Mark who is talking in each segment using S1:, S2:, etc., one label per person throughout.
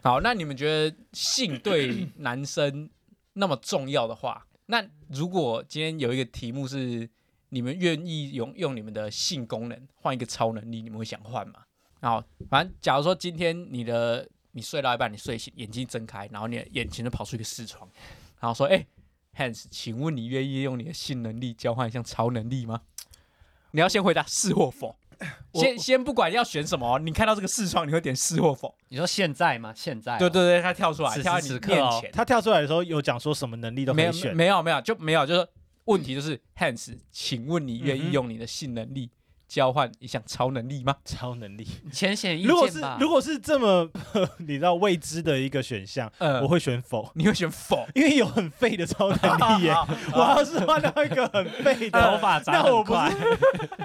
S1: 好，那你们觉得性对男生那么重要的话，那如果今天有一个题目是你们愿意用用你们的性功能换一个超能力，你们会想换吗？好，反正假如说今天你的你睡到一半，你睡醒，眼睛睁开，然后你的眼前就跑出一个视窗，然后说：“哎、h a n s 请问你愿意用你的性能力交换一项超能力吗？”你要先回答是或否。
S2: 我
S1: 先先不管要选什么哦，你看到这个视窗，你会点是或否。
S2: 你说现在吗？现在、哦
S1: 对，对对，他跳出来，
S2: 此时
S1: 跳在你
S2: 此
S1: 面
S2: 刻哦
S1: 前，
S3: 他跳出来的时候有讲说什么能力都可
S1: 没
S3: 以
S1: 有
S3: 选，
S1: 没有没有就没有，就是问
S3: 嗯
S1: 题就是 Hans，请问你愿意用你的性能力交换一项超能力吗？
S3: 超能力。
S2: 浅显易
S3: 如果
S2: 见
S3: 是
S2: 吧。
S3: 如果是这么 你知道未知的一个选项，
S1: 呃
S3: 我，会选否，
S1: 你会选否？
S3: 因为有很废的超 能 力耶。我要是换到一个很废的，
S2: 头发扎
S3: 那
S2: 很
S3: 我不
S2: 快，
S3: 是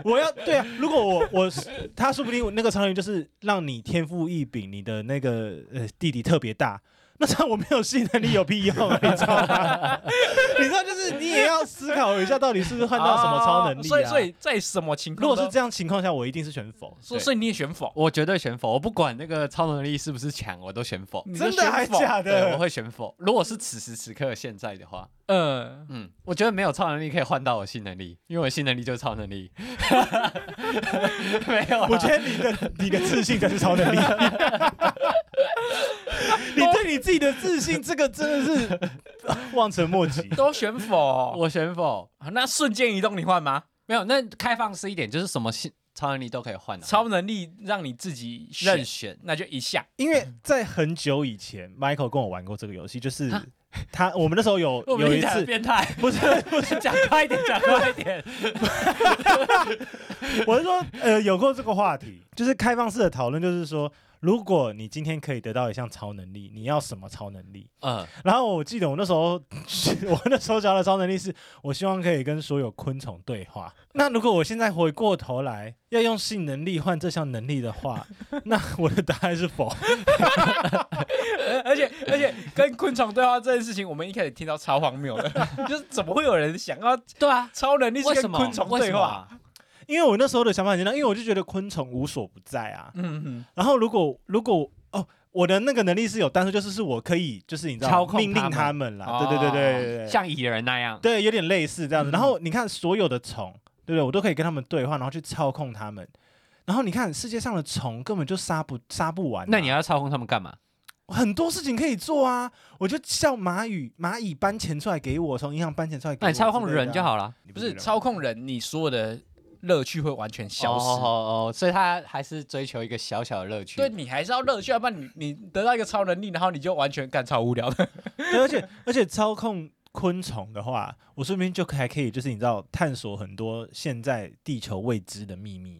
S3: 我要对啊，如果我我是他说不定那个超能力就是让你天赋异禀，你的那个呃弟弟特别大。那这样我没有性能力有屁用啊，你知道吗？ 你知道就是你也要思考一下，到底是不是换到什么超能力
S1: 哦
S3: 啊？
S1: 所以所以在什么情
S3: 如
S1: 况？
S3: 果是这样情况下，我一定是选否。
S1: 所以
S2: 对
S1: 所以你也选否？
S2: 我绝对选否，我不管那个超能力是不是强，我都选否。
S1: 你
S3: 真
S1: 就选
S3: 的还
S1: 否？
S3: 假
S2: 对，我
S3: 的？
S2: 会选否。如果是此时此刻现在的话，
S1: 嗯，
S2: 嗯，我觉得没有超能力可以换到我性能力，因为我性能力就是超能力。 没有啊，
S3: 我觉得你的你的自信才是超能力。 你对你自己的自信，这个真的是 望尘莫及。
S1: 都选 否。
S2: 我选否。
S1: 啊那瞬间移动你换吗？
S2: 没有，那开放式一点，就是什么性超能力都可以换的、
S1: 超能力让你自己
S2: 任
S1: 选，
S2: 选。
S1: 那就一下。
S3: 因为在很久以前，Michael 跟我玩过这个游戏，就是他我们那时候有有一次，
S2: 变态，
S3: 不是不是，
S2: 讲快一点，讲快一点。
S3: 我是说呃，有过这个话题，就是开放式的讨论，就是说，如果你今天可以得到一项超能力，你要什么超能力？
S2: 嗯，
S3: 然后我记得我那时候， 我那时候想的超能力是，我希望可以跟所有昆虫对话。那如果我现在回过头来要用性能力换这项能力的话， 那我的答案是否？
S1: 而而且而且跟昆虫对话这件事情，我们一开始听到超荒谬的，就是怎么会有人想要
S2: 对啊，
S1: 超能力
S2: 为
S1: 是跟
S2: 什么
S1: 昆虫对话？？
S3: 因为我那时候的想法很简单，因为我就觉得昆虫无所不在啊。
S1: 嗯嗯，
S3: 然后如果如果哦，我的那个能力是有，但是就是是我可以就是你知道
S2: 操控
S3: 命令
S2: 他们
S3: 他们啦，
S1: 哦
S3: 对对对对对对，
S2: 像蚁人那样，
S3: 对有点类似这样
S1: 嗯
S3: 子。然后你看所有的虫，对不对？我都可以跟他们对话，然后去操控他们。然后你看世界上的虫根本就杀不杀不完啊、
S2: 那你要操控他们干嘛？
S3: 很多事情可以做啊，我就叫蚂蚁蚂蚁搬钱出来给我，从银行搬钱出来给
S2: 那
S3: 我、
S2: 你操控人就，好了。
S3: 啊你
S1: 不是操控人，你所有的乐趣会完全消失。
S2: 哦哦哦，所以他还是追求一个小小的乐趣。
S1: 对，你还是要乐趣，要啊不然你你得到一个超能力，然后你就完全干超无聊的。
S3: 对，而且而且操控昆虫的话，我顺便就可还可以，就是你知道探索很多现在地球未知的秘密。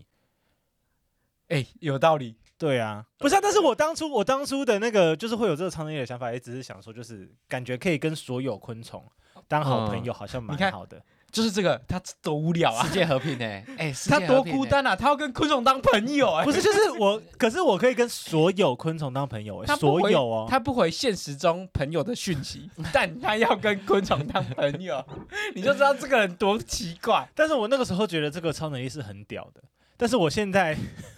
S1: 哎、有道理。
S3: 对啊，不是啊，但是我当初我当初的那个就是会有这个超能力的想法，也只是想说，就是感觉可以跟所有昆虫当好朋友，好像蛮
S1: 嗯你看
S3: 好的。
S1: 就是这个，他多无聊啊
S2: 世！界和平呢？ 哎，世
S1: 他
S2: 界
S1: 多
S2: 和平欸
S1: 孤。单啊！他要跟昆虫当朋友哎、
S3: 不是，就是我，可是我可以跟所有昆虫当朋友、
S1: 他不
S3: 所
S1: 回
S3: 有哦。
S1: 他不回现实中朋友的讯息，但他要跟昆虫当朋 友，你就知道这个人多奇怪。
S3: 但是我那个时候觉得这个超能力是很屌的，但是我现在，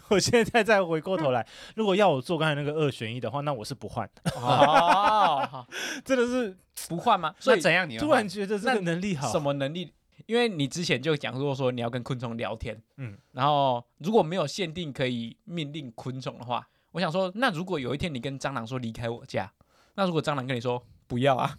S3: 我现在再回过头来，如果要我做刚才那个二选一的话，那我是不换，
S1: 哦，
S3: 真的是
S1: 不换吗？所
S2: 那
S1: 以
S2: 怎样你？
S3: 突然，觉得这
S1: 那
S3: 个能力好
S1: 什。么能力？因为你之前就讲过说你要跟昆虫聊天，嗯
S3: 嗯，
S1: 然后如果没有限定可以命令昆虫的话，我想说，那如果有一天你跟蟑螂说离开我家，那如果蟑螂跟你说不要啊，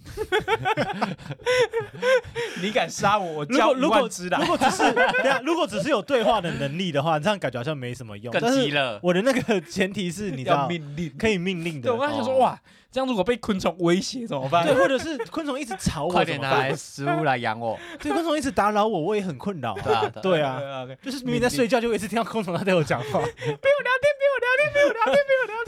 S1: 你敢杀我，我
S3: 如
S1: 交
S3: 果
S1: 一
S3: 如果
S1: 万只的
S3: 如。果只是对啊，如果只是有对话的能力的话，这样感觉好像没什么用。
S2: 更
S3: 但
S2: 急
S3: 是
S2: 了。
S3: 我的那个前提是你知
S1: 要
S3: 道
S1: 命令，
S3: 可以命令
S1: 对
S3: 的
S1: 我，刚才想说，
S2: 哦
S1: 哇，这样如果被昆虫威胁怎么办？
S3: 对，或者是昆虫一直吵我
S2: 快
S3: 怎
S2: 点
S3: 么
S2: 拿
S3: 办？
S2: 来食物来养 我，
S3: 对，昆虫一直打扰我，我也很困扰啊。
S2: 对啊，啊
S3: 对啊，
S1: 对，
S3: 就是明明在睡觉，就一直听到昆虫在对我讲 话，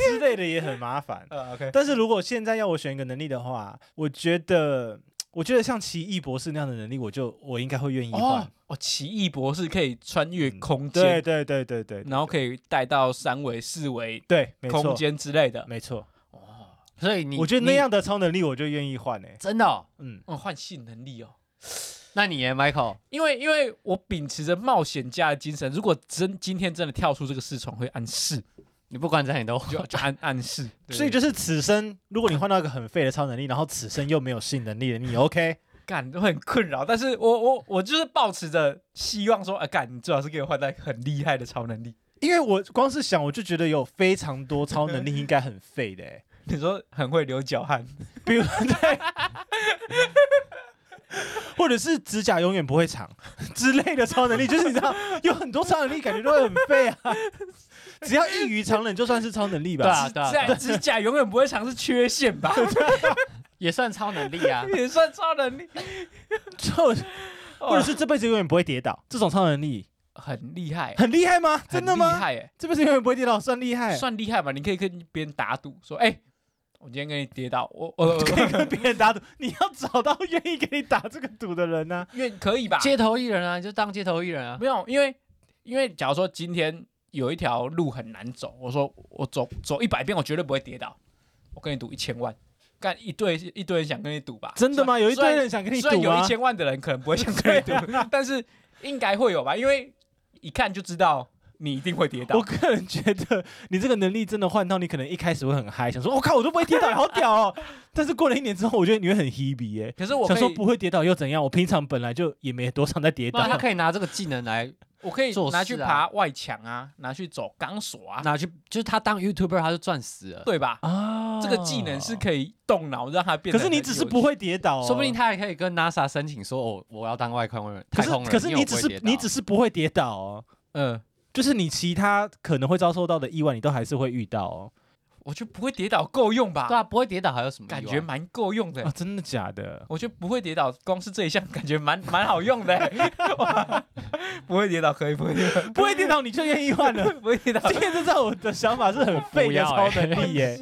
S3: 之类的也很麻烦。
S1: 呃，OK，
S3: 但是如果现在要我选一个能力的话，我觉得，我觉得像奇异博士那样的能力，我就我应该会愿意换。
S1: 哦哦，奇异博士可以穿越空
S3: 对
S1: 间，
S3: 对对对对
S1: 然后可以带到三维、四维
S3: 对，没
S1: 空
S3: 错，
S1: 间之类的。
S3: 没错。
S2: 所以你
S3: 我觉得那
S2: 你
S3: 样的超能力，我就愿意换诶、
S2: 真的哦。
S3: 嗯，
S1: 哦，换性能力哦，
S2: 那你耶，Michael，
S1: 因为因为我秉持着冒险家的精神，如果真今天真的跳出这个视窗，会按四，
S2: 你不管怎样你都
S1: 就就暗暗示。对
S3: 所以就是此生，如果你换到一个很废的超能力，然后此生又没有性能力了，你 OK？
S1: 干都很困扰，但是我我我就是抱持着希望说，啊，干你最好是给我换到一个很厉害的超能力。
S3: 因为我光是想，我就觉得有非常多超能力应该很废的、欸，
S1: 你说很会流脚汗，
S3: 比如对，或者是指甲永远不会长之类的超能力，就是你知道有很多超能力感觉都会很废啊，只要异于常人就算是超能力吧。
S2: 对啊对啊，
S1: 这
S2: 对啊
S1: 样指甲永远不会长是缺陷吧？。
S2: 也算超能力啊
S1: 也算超能力，
S3: 或者或者是这辈子永远不会跌倒，这种超能力
S1: 哦很厉害，
S3: 很厉害吗？真的
S1: 哎很厉
S3: 吗？
S1: 害哎、
S3: 这辈子永远不会跌倒算厉害？
S1: 算厉害吧？你可以跟别人打赌说，哎、我今天跟你跌倒，我 我
S3: 可以跟别人打赌，你要找到愿意给你打这个赌的人呢、
S1: 因为可以吧？
S2: 街头艺人啊，你就当街头艺人啊。
S1: 没有，因为因为假如说今天有一条路很难走，我说我走走一百遍，我绝对不会跌倒，我跟你赌一千万。干一堆一堆人想跟你赌吧？
S3: 真的吗？有一
S1: 虽然
S3: 堆人想跟你
S1: 虽然
S3: 赌啊
S1: 有一
S3: 吗？
S1: 千万的人可能不会想跟你赌， 但是应该会有吧？因为一看就知道你一定会跌倒
S3: 我。个人觉得你这个能力真的换到你，可能一开始会很嗨，想说我、靠我都不会跌倒，好屌哦！ 但是过了一年之后，我觉得你会很 hebe 耶、
S1: 可是我可
S3: 想说
S1: 以，
S3: 不会跌倒又怎样？我平常本来就也没多常在跌
S2: 那他
S3: 倒，
S2: 可以拿这个技能来
S1: 我可以
S2: 做事啊
S1: 拿去爬外墙啊，拿去走钢索啊，
S2: 拿去，就是他当 YouTuber 他就赚死了，
S1: 对吧？
S3: 啊
S1: 这个技能是可以动脑让它变
S3: 可
S1: 得。
S3: 是你只是不，会跌倒哦、
S2: 说不定他还可以跟 NASA 申请说，哦，我要当外太空人，
S3: 可
S2: 太
S3: 是
S2: 空人，
S3: 可是
S2: 因为
S3: 你
S2: 我不
S3: 只
S2: 会
S3: 是
S2: 跌倒
S3: 你只是不会跌倒哦，
S1: 嗯，
S3: 就是你其他可能会遭受到的意外，你都还是会遇到哦。
S1: 我觉得不会跌倒够用吧？
S2: 对啊，不会跌倒还有什么意外
S1: 感觉蛮够用的
S3: 啊，。真的假的？
S1: 我觉得不会跌倒，光是这一项感觉蛮蛮好用的、 哇不会跌倒可以，不会跌 倒，
S3: 不会跌倒你就愿意换了？
S1: 不会跌倒。
S3: 今天这在我的想法是很 废
S2: 不
S3: 的
S2: 要
S3: 超
S2: 欸
S3: 能力耶、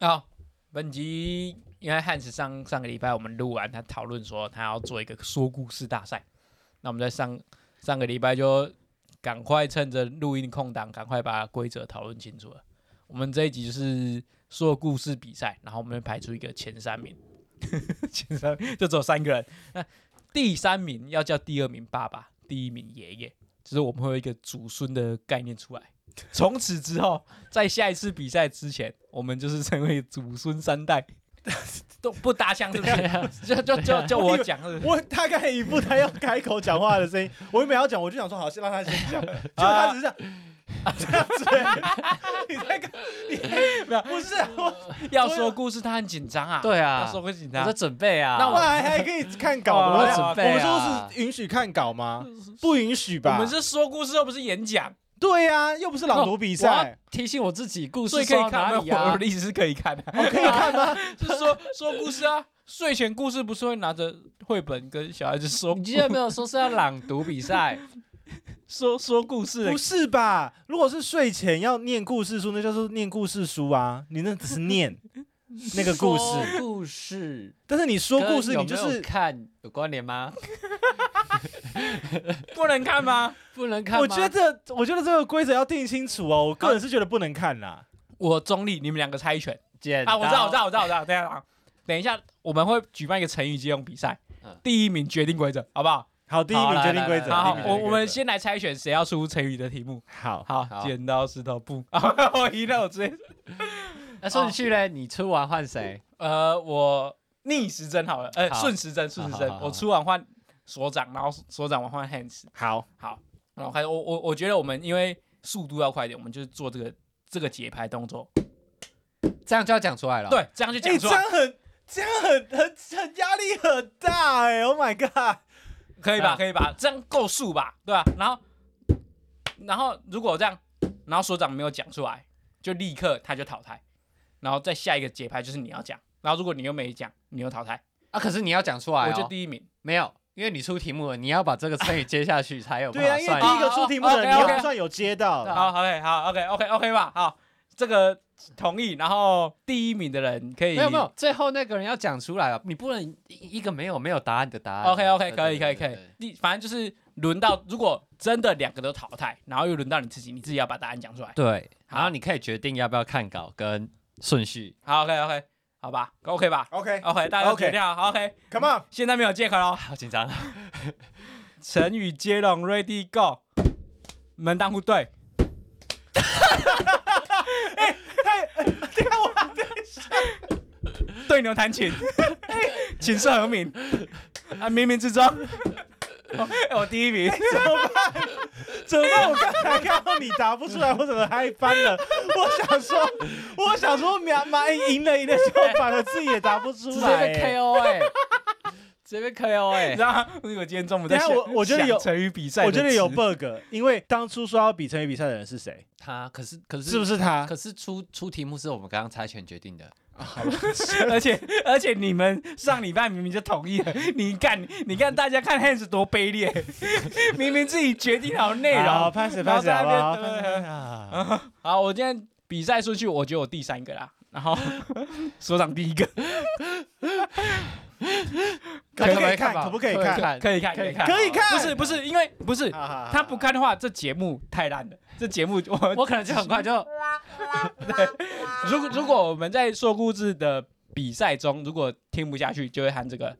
S1: 好、本集因为汉斯上上个礼拜我们录完，他讨论说他要做一个说故事大赛，那我们在上上个礼拜就赶快趁着录音空档，赶快把规则讨论清楚了。我们这一集就是说故事比赛，然后我们排出一个前三 名，前三就只有三个人，那第三名要叫第二名爸爸，第一名爷爷，就是我们会有一个祖孙的概念 出来。从此之后，在下一次比赛之前，我们就是成为祖孙三代， 都不搭腔，是不是？ 啊就就就就我 讲，是不是
S3: 我大概一副他要开口讲话的声音，我原本要讲，我就想说好，先让他先 讲，结果他只是这样。
S2: 啊
S3: 这样子欸，你在干？你没有？不是啊我，
S1: 要说故事，他很紧张啊，
S2: 对啊
S1: 要说故事紧
S2: 我
S1: 张
S2: 在。准备啊，
S1: 那
S3: 我还还可以看稿
S1: 我
S3: 吗？
S1: 要
S2: 准备啊
S3: 我们说是允许看稿吗？不允许
S1: 我
S3: 吧？
S1: 们是说故事，又不是演讲，
S3: 对呀，又不是朗读比
S2: 我要
S3: 赛，
S2: 提醒我自己，故
S1: 所
S2: 事
S1: 以可以
S2: 说到
S1: 看。
S2: 哪
S1: 没
S2: 里
S1: 有我
S2: 啊
S1: 的？意思是可以看的，
S3: 可以看吗？
S1: 就是说说故事啊。睡前故事不是会拿着绘本跟小孩子说
S2: 你今天没有说是要朗读比赛，
S1: 说说故事的
S3: 不是吧？如果是睡前要念故事书，那叫做念故事书啊。你那只 是念那个故事，
S2: 说故事
S3: 但是你说故事，
S2: 跟
S3: 你就
S2: 有没有
S3: 是
S2: 看有关联吗？
S1: 不能看吗？
S2: 不能看吗？
S3: 我觉得，我觉得这个规则要定清楚哦。我个人是觉得不能看啦。
S1: 我中立，你们两个猜拳。
S2: 剪
S1: 啊，我知道，我知
S2: 道，
S1: 道，我知道，我知道。等一下啊，等一下，我们会举办一个成语接龙比赛
S2: 嗯，
S1: 第一名决定规则，好不好？
S3: 好，第一名
S2: 来
S3: 决定规则。
S2: 来来
S1: 好
S3: 第一名，
S1: 我
S3: 决定规则
S1: 我们先来猜选谁要出成语的题目。
S3: 好，
S1: 好，
S2: 好
S1: 剪刀石头布。 我赢了，我直接。
S2: 那顺序嘞，你出完换谁？
S1: 呃，我逆时针好了，呃，
S2: 好
S1: 顺时针，顺时
S2: 好
S1: 针
S2: 好。好
S1: 我出完换所长，然后所长完换 hands。
S3: 好，
S1: 好，然后开始，我我我觉得我们因为速度要快一点，我们就是做这个这个节拍动作。
S2: 这样就要讲出来了。，
S1: 对，这样就讲
S3: 哎，
S1: 出
S3: 这
S1: 来，
S3: 样很，这样很很很压力很大哎，Oh my god！
S1: 可以吧？
S2: 啊
S1: 可以吧？这样够数吧？对吧？然后，然后如果这样，然后所长没有讲出来，就立刻他就淘汰，然后再下一个节拍就是你要讲，然后如果你又没讲，你又淘汰，
S2: 啊，可是你要讲出来
S1: 我就
S2: 哦。
S1: 第一名。
S2: 没有，因为你出题目了，你要把这个成语接下去才有办
S3: 对啊，
S2: 法
S3: 因为
S2: 算。
S3: 第一个出题目的人，
S1: 哦哦
S3: 你
S1: ，OK，OK
S3: 要不算有接到。
S2: 对啊
S1: 好，OK，好，OK，OK，OK 吧？好，这个同意，然后第一名的人可以
S2: 没有没有，最后那个人要讲出来啊，你不能一一个没有没有答案的答案啊。
S1: OK OK，可以可以可
S2: 对
S1: 以
S2: 对对对，
S1: 你反正就是轮到，如果真的两个都淘汰，然后又轮到你自己，你自己要把答案讲出来。
S2: 对，然后你可以决定要不要看稿跟顺序。
S1: 好，OK OK，好吧，OK 吧
S3: OK，
S1: ，OK，大家都
S3: OK
S1: 决定好好，OK，
S3: Come on，
S1: 现在没有借口喽。
S2: 好紧 张，
S1: 成语接龙，Ready Go，门当户 对。哎对牛弹琴，哎琴瑟和鸣，啊，冥冥之 中，哦哎我第一名。
S3: 怎么办？我刚才看到你答不出来，我怎么嗨翻了？ 我想说，我想说，秒马赢了赢了，结果反而自己也答不出
S2: 直接
S3: 来、
S2: 被
S3: 欸。
S2: KO 哎， 直接被 KO 哎
S1: 你知。道吗？因为我今天中午在
S3: 等一
S1: 想，
S3: 下我我觉得
S1: 想
S3: 有
S1: 成语比赛的
S3: 我
S1: 词，
S3: 觉得有 bug，因为当初说要比成语比赛的人是谁？
S2: 他可是可是
S3: 是不
S2: 是？
S3: 是他？
S2: 可是出出题目是我们刚刚猜拳决定的，
S1: 而且而且你们上礼拜明明就同意了，你看你看大家看 Hans 多卑劣， 明明自己决定好内
S3: 好
S1: 容。
S3: 拍谁
S1: 然
S3: 拍
S1: 后
S3: 谁
S1: 在
S3: 好
S1: 那边
S3: 不好？
S1: 对对
S3: 拍
S1: 对
S3: 谁啊
S1: 好，我今天比赛顺序，我觉得我第三个啦，然 后所长第一个，
S3: 可
S2: 以
S3: 不可
S2: 看
S3: 以看？
S2: 吧
S3: 可不可以
S2: 可以
S3: 看？
S2: 看
S1: 可以看
S2: 可以啊
S1: 看，
S3: 可以看
S1: 不是不是，因为不是他
S3: 他
S1: 不看的话，这节目太烂了，这节目 我
S2: 我可能就很快就
S1: 如果如果我们在说故事的比赛中，如果听不下去，就会喊这个，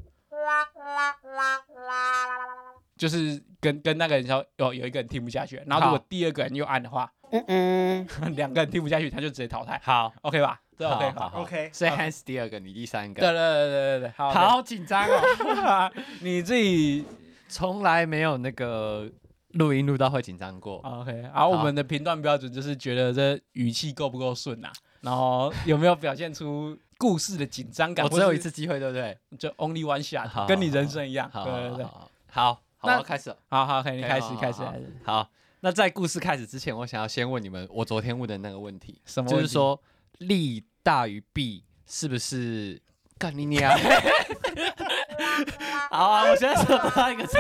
S1: 就是跟跟那个人说有有一个人听不下去，然后如果
S2: 好
S1: 第二个人又按的话， 两个人听不下去，他就直接淘汰
S2: 好。
S1: ，OK 吧？这 OK
S2: 好
S1: 吧？
S2: 好
S3: OK，
S2: 所以 Hans 第二个，你第三
S1: 对对
S2: 个，
S1: 对对对对，好，
S2: 好紧张哦。
S1: OK 你自己
S2: 从来没有那个录音录到会紧张过。
S1: OK。然后我们的评断标准就是觉得这语气够不够顺啊，然后有没有表现出故事的紧张感？
S2: 我只有
S1: 或
S2: 一
S1: 是
S2: 次机会，对不对？
S1: 就 only one shot，
S2: 好
S1: 跟你人生一样。对
S2: 好，
S1: 对对，
S2: 好，好，
S1: 那
S2: 我要开始了。
S1: 好好，可以
S2: 可以
S1: 开
S2: 好
S1: 始
S2: 好
S1: 开始
S2: 好
S1: 开始。
S2: 好，那在故事开始之前，我想要先问你们我昨天问的那个问题，
S1: 什么
S2: 就
S1: 问
S2: 是
S1: 题
S2: 说利大于弊是不是？干你娘！ 好啊，我现在想得到一个差，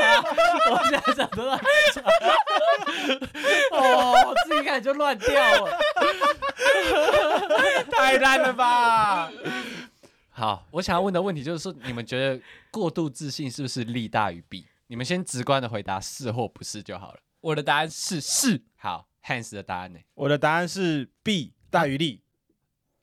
S2: 我现在想得到一个差。哦，我自己感觉就乱掉了。
S1: 太烂了吧？
S2: 好，我想要问的问题就是说，你们觉得过度自信是不是利大于弊？你们先直观的回答是或不是就好了。
S1: 我的答案是是，
S2: 好，Hans 的答案呢？
S3: 我的答案是 B 大于利，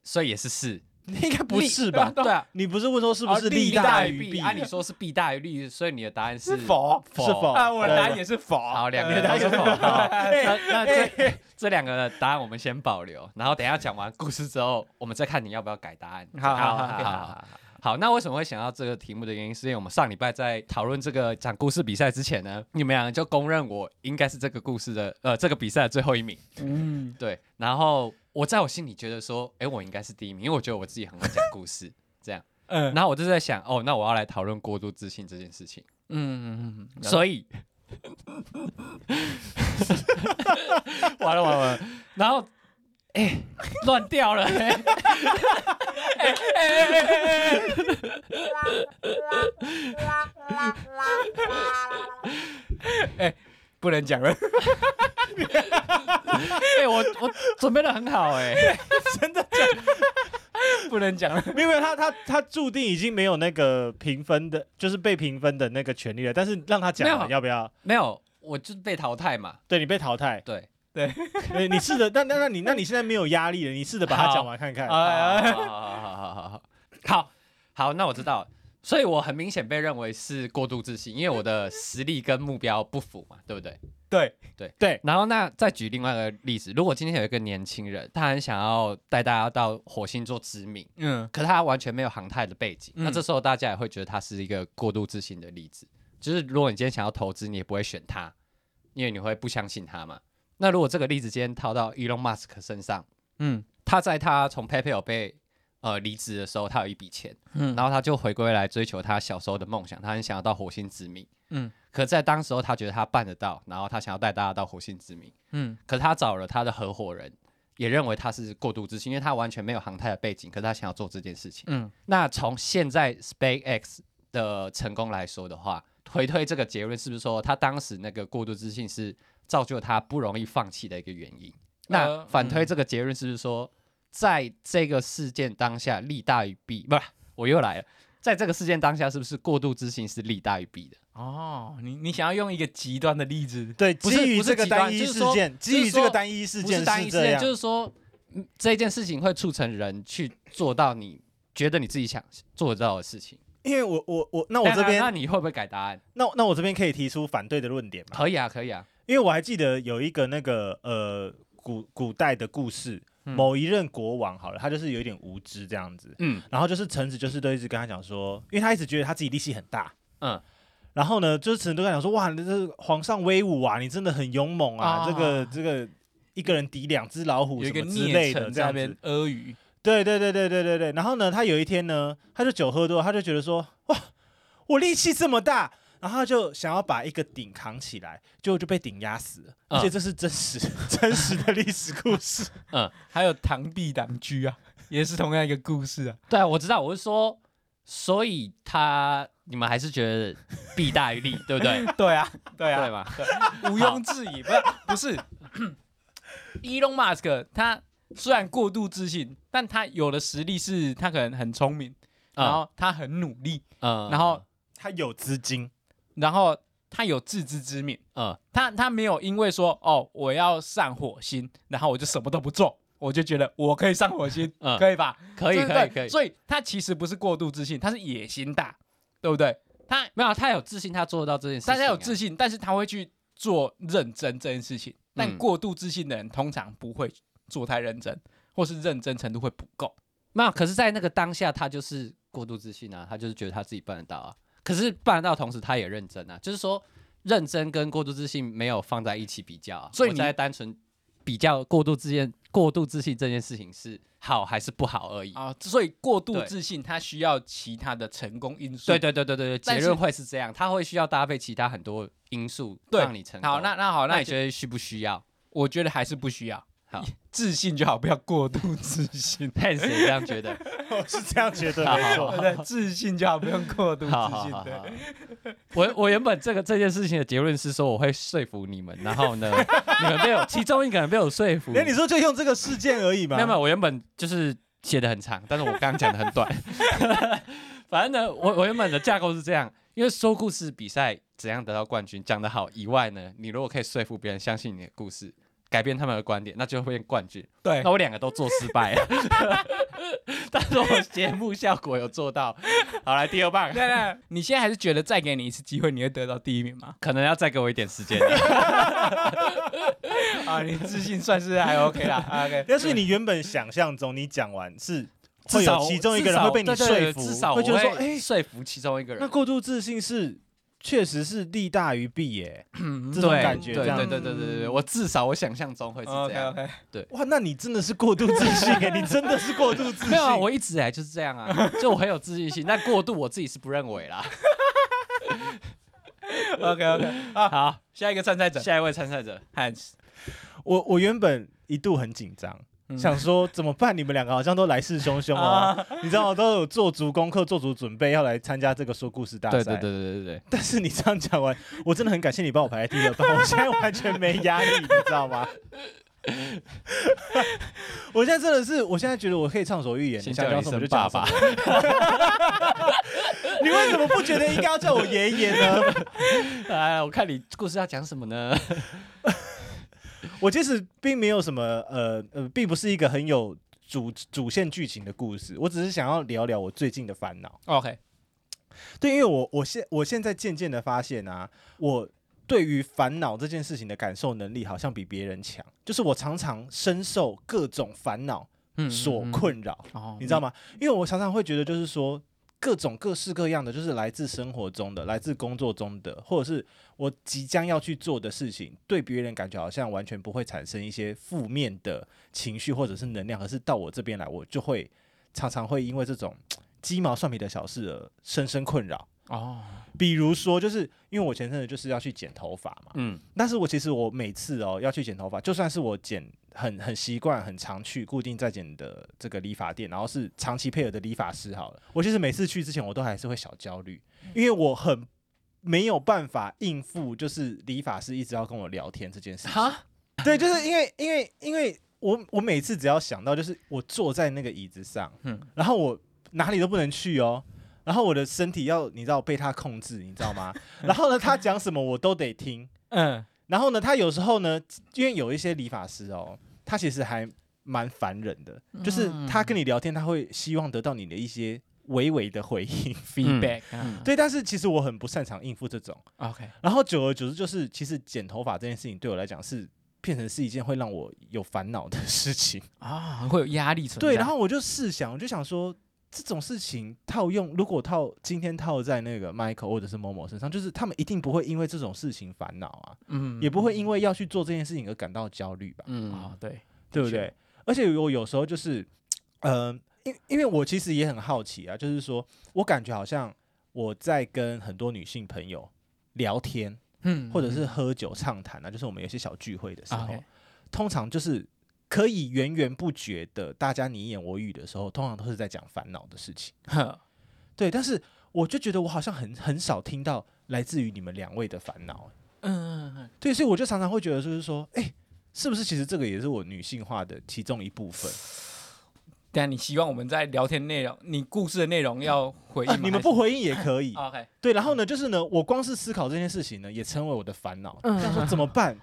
S2: 所以也是是，
S3: 应该不是
S1: 利
S3: 吧？
S2: 对啊，
S3: 你不是问说是
S2: 是
S3: 不是
S2: 利
S3: 利
S2: 大
S3: 于弊？
S2: 弊？按理说是弊大于利，所以你的答案是
S1: 是否
S2: 否
S3: 是否
S1: 啊？我的答案
S3: 对
S1: 也是否。
S2: 好，两个
S1: 呃
S2: 人都是否。好那那
S1: 哎
S2: 这这两个答案我们先保留，然后等一下讲完故事之后，我们再看你要不要改答案。
S1: 好好好
S2: 好
S1: 好好
S2: 好。好，那为什么会想到这个题目的原因，是因为我们上礼拜在讨论这个讲故事比赛之前呢，你们两个就公认我应该是这个故事的呃这个比赛的最后一名。
S1: 嗯，
S2: 对，然后我在我心里觉得说，哎、我应该是第一名，因为我觉得我自己很会讲故事， 这样。
S1: 嗯
S2: 然后我就在想，哦，那我要来讨论过度自信这件事情。
S1: 嗯嗯嗯，
S2: 所以，完了完了完了，然后，哎、乱掉了、哎
S1: 不能讲了。
S2: 哎我我 准备的很好、哎，
S3: 真的
S1: 不能讲了。
S3: 没有没有，他他他注定已经没有那个评分的，就是被评分的那个权利了。但是让他讲
S2: 没
S3: 了，
S2: 有
S3: 要不要？
S2: 没有，我就被淘汰嘛，
S3: 对你被淘汰，
S2: 对，
S3: 你你试着，那那那你那你现在没有压力了，你试着把它讲完看看。
S2: 好啊好好好好好好好，那我知道了，所以我很明显被认为是过度自信，因为我的实力跟目标不符嘛，对不对？
S1: 对，
S3: 对，
S2: 然后那再举另外一个例子，如果今天有一个年轻人，他很想要带大家到火星做殖民，
S1: 嗯，
S2: 可他完全没有航太的背景，
S1: 嗯
S2: 那这时候大家也会觉得他是一个过度自信的例子。就是如果你今天想要投资，你也不会选他，因为你会不相信他嘛。那如果这个例子今天套到 Elon Musk 身上，
S1: 嗯
S2: 他在他从 PayPal 被呃离职的时候，他有一笔钱，
S1: 嗯
S2: 然后他就回归来追求他小时候的梦想，他很想要到火星殖民。
S1: 嗯
S2: 可在当时候，他觉得他办得到，然后他想要带大家到火星殖民。
S1: 嗯
S2: 可他找了他的合伙人，也认为他是过度自信，因为他完全没有航太的背景，可是他想要做这件事情。
S1: 嗯
S2: 那从现在 SpaceX 的成功来说的话，回推这个结论，是不是说他当时那个过度自信是造就他不容易放弃的一个原因？那
S1: 呃
S2: 反推这个结论，是不是说在这个事件当下利大于弊，不是我又来了，在这个事件当下是不是过度自信是利大于弊的？
S1: 哦，你你想要用一个极端的例子，
S3: 对，
S1: 不是
S3: 基于
S1: 不是
S3: 这个
S1: 极端
S3: 单一
S1: 就是
S3: 事
S1: 说
S3: 件，
S1: 就
S3: 基于
S1: 是
S3: 这个
S1: 说
S3: 单一事
S1: 不
S3: 件
S1: 是单一事
S3: 这
S1: 件，
S3: 样
S1: 就，是说嗯这件事情会促成人去做到你觉得你自己想做得到的事情。
S3: 因为我我我，那我
S1: 啊
S2: 那
S3: 这
S2: 那那
S3: 边
S2: 你会不会改答案？
S3: 那那我这边可以提出反对的论点嘛？
S2: 可以啊，可以啊。
S3: 因为我还记得有一个那个呃古古代的故事，
S1: 嗯
S3: 某一任国王好了，他就是有一点无知这样子，
S2: 嗯
S3: 然后就是臣子就是都一直跟他讲说，因为他一直觉得他自己力气很大，
S2: 嗯，
S3: 然后呢，就是臣子都跟他讲说，哇，你这是皇上威武啊，你真的很勇猛啊，
S1: 啊
S3: 这个这个一个人抵两只老虎
S1: 有一
S3: 什
S1: 个
S3: 么之
S1: 孽
S3: 类的
S1: 臣
S3: 这
S1: 在那
S3: 样
S1: 边
S3: 子，
S1: 阿谀，
S3: 对对对对对对对。然后呢，他有一天呢，他就酒喝多了，他就觉得说，哇，我力气这么大，然后他就想要把一个鼎扛起来，结果就被鼎压死了。
S2: 嗯
S3: 而且这是真实 真实的历史故事。
S1: 还有螳臂挡车啊，也是同样一个故事 啊。
S2: 对啊，我知道，我是说，所以他你们还是觉得弊大于 利，对不对？
S1: 对啊，对
S2: 对，吧？
S1: 毋庸置疑，不是不 是，Elon Musk 他虽然过度自信，但他有的实力是他可能很聪明，
S3: 啊
S1: 然
S2: 嗯
S1: 后他很努力，
S2: 嗯
S1: 然后
S3: 他有资金，
S1: 然后他有自知之明，
S2: 嗯
S1: 他他没有因为说哦我要上火星，然后我就什么都不做，我就觉得我可以上火星，
S2: 嗯，
S1: 可以吧？
S2: 可以
S1: 对不
S2: 可以
S1: 对
S2: 可以。
S1: 所以他其实不是过度自信，他是野心大，对不对？他
S2: 没有，啊他有自信，他做得到这件事情啊。
S1: 大家有自信，但是他会去做认真这件事情。
S2: 嗯
S1: 但过度自信的人通常不会做太认真，或是认真程度会不够。
S2: 没有，可是，在那个当下，他就是过度自信啊，他就是觉得他自己办得到啊。可是办得到，同时他也认真啊，就是说认真跟过度自信没有放在一起比较啊。
S1: 所以
S2: 我
S1: 你
S2: 在单纯比较过度自信、过度自信这件事情是好还是不好而已。
S1: 啊，所以过度
S2: 嗯对
S1: 自信，它需要其他的成功因素。
S2: 对对对对对对，
S1: 但
S2: 结
S1: 是
S2: 论会是这样，他会需要搭配其他很多因素
S1: 对
S2: 让你成功。
S1: 好，那那好，
S2: 那
S1: 那
S2: 你
S1: 你觉得？
S2: 觉得需不需要？
S1: 我觉得还是不需要。
S2: 好，。
S1: 自信就好，不要过度自信
S2: 看谁这样觉得？
S3: 我是这样觉得，
S2: 好
S3: 没
S2: 好
S3: 错。
S1: 对，自信就好，不用过 度自
S2: 好好
S1: 信
S2: 好。
S1: 对
S2: 好，我我原本这个这件事情的结论是说我会说服你们，然 后呢，你们被我其中一个人被我说服。
S3: 连你说就用这个事件而已嘛
S2: 没有没有，我原本就是写的很长，但是我刚刚讲的很短。 反正呢，我我原本的架构是这样，因为说故事比赛怎样得到冠军讲得好以外呢，你如果可以说服别人相信你的故事，改变他们的观点，那就会变冠军。
S1: 对
S2: 那我两个都做失 败了，但是我节目效果有做到。好，来第二棒，
S1: 对对，你现在还是觉得再给你一次机会，你会得到第一名吗？
S2: 可能要再给我一点时间。
S1: 啊，你自信算是还 OK 啦啊，OK。
S3: 要是你原本想象中，你讲完是
S2: 至
S3: 会
S2: 少
S3: 有其中一个人会被你
S2: 至少对对
S3: 说
S2: 对
S3: 服，
S2: 至少我
S3: 会觉得说，哎
S2: 会，说服其中一个人。
S3: 那过度自信是确实是利大于 弊耶、这种
S2: 对
S3: 感觉
S2: 对
S3: 这样
S2: 对对对对对，我至少我想象中会是这
S1: OK
S2: 样。
S1: OK，
S3: 哇，那你真的是过度自信耶、你真的是过度自 信。
S2: 没有啊，我一直以来就是这样 啊，就我很有自信心，但过度我自己是不认为 啦。
S1: OK OK 啊，
S2: 好，
S1: 下一个参赛者
S2: 下一位参赛者，
S1: Hans，
S3: 我我原本一度很紧张。
S1: 嗯
S3: 想说怎么办？你们两个好像都来势汹汹
S2: 啊
S3: 哦， 你知道我都有做足功课、做足准备，要来参加这个说故事大赛。
S2: 对对对。对对对，
S3: 但是你这样讲完，我真的很感谢你帮我排在第二棒，我现在完全没压力，你知道吗？ 我现在真的是，我现在觉得我可以畅所欲言，
S2: 先
S3: 想
S2: 叫
S3: 讲
S2: 一
S3: 什么
S2: 声
S3: 就
S2: 爸
S3: 讲
S2: 爸
S3: 什么。。 你为什么不觉得应该要叫我爷爷呢？
S2: 哎，我看你故事要讲什么呢？
S3: 我其实并没有什么呃呃，并不是一个很有主主线剧情的故事，我只是想要聊聊我最近的烦恼。
S1: OK，
S3: 对，因为我我现我现在渐渐的发现啊，我对于烦恼这件事情的感受能力好像比别人强，就是我常常深受各种烦恼
S1: 嗯
S3: 所困扰，
S1: 哦
S3: 你知道吗？因为我常常会觉得就是说。各种各式各样的，就是来自生活中的，来自工作中的，或者是我即将要去做的事情，对别人感觉好像完全不会产生一些负面的情绪或者是能量，可是到我这边来，我就会常常会因为这种鸡毛蒜皮的小事而深深困扰。
S1: 哦，
S3: 比如说，就是因为我前阵子就是要去剪头发嘛，
S2: 嗯，
S3: 但是我其实我每次哦要去剪头发，就算是我剪很很习惯、很常去固定在剪的这个理发店，然后是长期配合的理发师好了，我其实每次去之前我都还是会小焦虑，
S1: 嗯
S3: 因为我很没有办法应付，就是理发师一直要跟我聊天这件事情。
S1: 哈，
S3: 对，就是因为因为因为。我我每次只要想到，就是我坐在那个椅子上，
S1: 嗯
S3: 然后我哪里都不能去哦，然后我的身体要你知道被他控制，你知道吗？然后呢，他讲什么我都得听。
S1: 嗯，
S3: 然后呢，他有时候呢，因为有一些理发师哦，他其实还蛮烦人的，就是他跟你聊天，他会希望得到你的一些微微的回应。
S1: feedback 啊
S3: 对，但是其实我很不擅长应付这种。
S1: 嗯，OK，
S3: 然后久而久之，就是其实剪头发这件事情对我来讲是变成是一件会让我有烦恼的事情。
S1: 啊，会有压力存在。
S3: 对，然后我就试想，我就想说，这种事情套用，如果套今天套在那个 Michael 或者是某某身上，就是他们一定不会因为这种事情烦恼啊，
S1: 嗯，
S3: 也不会因为要去做这件事情而感到焦虑吧，
S2: 嗯
S1: 啊，对，
S3: 对不
S1: 确
S3: 对？而且我有时候就是，呃，因因为我其实也很好奇啊，就是说我感觉好像我在跟很多女性朋友聊天，
S1: 嗯，
S3: 或者是喝酒畅谈啊，就是我们有些小聚会的时
S1: 啊
S3: 候，通常就是可以源源不绝的，大家你一言我语的时候，通常都是在讲烦恼的事情。
S1: ，OK，
S3: 对，但是我就觉得我好像很很少听到来自于你们两位的烦恼。
S1: 嗯，
S3: 对，所以我就常常会觉得，就是说，哎、是不是其实这个也是我女性化的其中一部分？
S1: 但你希望我们在聊天内容，你故事的内容要回应
S3: 啊
S1: 吗
S3: 你们不回应也可以
S1: 还。啊是？OK，
S3: 对，然后呢，就是呢，我光是思考这件事情呢，也成为我的烦恼。
S1: 嗯
S3: 想说怎么办？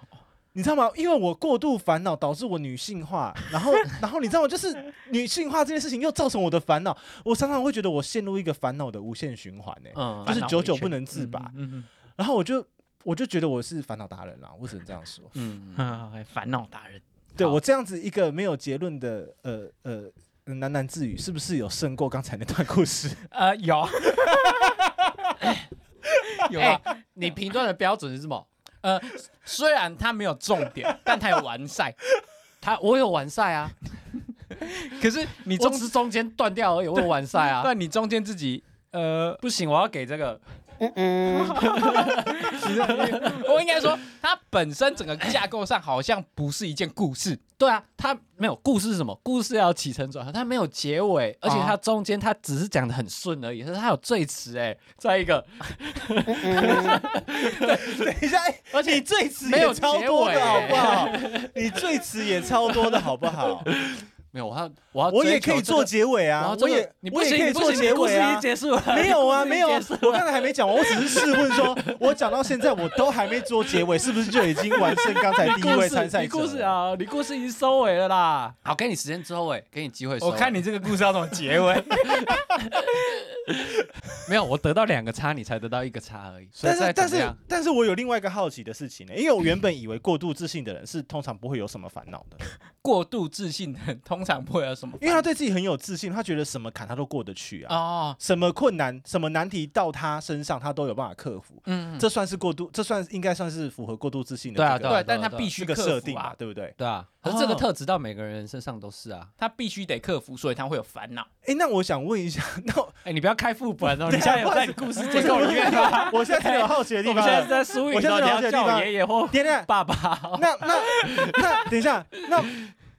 S3: 你知道吗？因为我过度烦恼导致我女性化，然后，然后你知道吗？就是女性化这件事情又造成我的烦恼。我常常会觉得我陷入一个烦恼的无限循环呢、
S1: 嗯
S3: 就
S1: 烦
S3: 是
S1: 恼
S3: 久久
S1: 回圈
S3: 不能自拔
S1: 嗯
S3: 然后我就，我就觉得我是烦恼达人啦，我只能这样说。
S2: 嗯，
S1: 嗯，OK，烦恼达人，
S3: 对
S1: 好
S3: 我这样子一个没有结论的，呃呃。喃喃自语是不是有胜过刚才那段故事？
S1: 呃，有， 有啊
S2: 哎，，你评断的标准是什么？
S1: 呃，虽然他没有重点，但他有完赛，
S2: 他我有完赛啊，
S1: 可是你
S2: 你
S1: 中
S2: 中是中间断掉而已，我有完赛啊。
S1: 但你中间自己。呃，
S2: 不行，我要给这个
S1: 你的我应该说，它本身整个架构上好像不是一件故事，
S2: 对啊，他没有故事是什么？故事要起承转合，他没有结尾，而且
S3: 啊
S2: 他中间他只是讲的很顺而已，但是他有最迟哎、再一个，
S3: 等一下，哎
S2: 而且
S3: 你最迟
S2: 没有
S3: 也超多
S2: 结尾
S3: 的
S2: 欸
S3: 好不 好？你最迟也超多的好不好？
S2: 没有，我要我要
S3: 我
S2: 追
S3: 也
S2: 求
S3: 哦可
S2: 这
S3: 以做
S2: 个
S3: 结尾
S2: 然
S3: 啊
S2: 后，这
S3: 我
S2: 个
S3: 也
S2: 你不
S3: 我也
S2: 行，
S3: 可以
S2: 你不
S3: 做
S2: 行
S3: 结
S2: 你故
S3: 尾
S2: 事已经
S3: 啊。
S2: 结束了，
S3: 没有啊，
S2: 你
S3: 没有啊
S2: 故事已经结，束
S3: 我
S2: 了
S3: 刚才还没讲完，我只是试问说，我讲到现在我都还没做结尾，是不是就已经完胜刚 哎才第一位参赛
S2: 你
S3: 者？
S2: 故事，啊，你故事已经收尾了啦。好，给你时间收尾，给你机会收尾。
S1: 我看你这个故事要怎么结尾。
S2: 没有，我得到两个叉，你才得到一个叉而已。所以
S3: 但是
S2: 再怎
S3: 但
S2: 么
S3: 是
S2: 样
S3: 但是我有另外一个好奇的事情呢，因为我原本以为过度自信的人是通常不会有什么烦恼 的，
S1: 过度自信的人通常不会有什么
S3: 因为他对自己很有自信，他觉得什么坎他都过得去啊，
S1: 哦，
S3: 什么困难什么难题到他身上他都有办法克服，
S1: 嗯，
S3: 这算是过度，这算应该算是符合过度自信的
S2: 对啊
S3: 这个
S1: 对，但
S2: 对
S1: 他
S2: 对
S1: 必须
S3: 这个
S1: 克
S3: 设
S1: 服
S3: 定嘛，
S1: 啊，
S3: 对不对？
S2: 对啊，可是这个
S3: 哦
S2: 特质到每个人身上都是啊。
S1: 他必须得克服，所以他会有烦恼。
S3: 哎，那我想问一下， 那我
S2: 哎，你不要开副本 哦，你现在有在你故事
S3: 不
S2: 结
S3: 是
S2: 构里面吗？
S3: 我现在真的有好奇的地
S2: 我
S3: 方
S2: 们现在是
S3: 了。
S2: 在输赢
S3: 我现
S2: 哦，
S3: 在是
S2: 你
S3: 了
S2: 要
S3: 解的
S2: 叫
S3: 地
S2: 我
S3: 方
S2: 爷爷或
S3: 等 等，
S2: 爸爸。
S3: 那那那等一下，那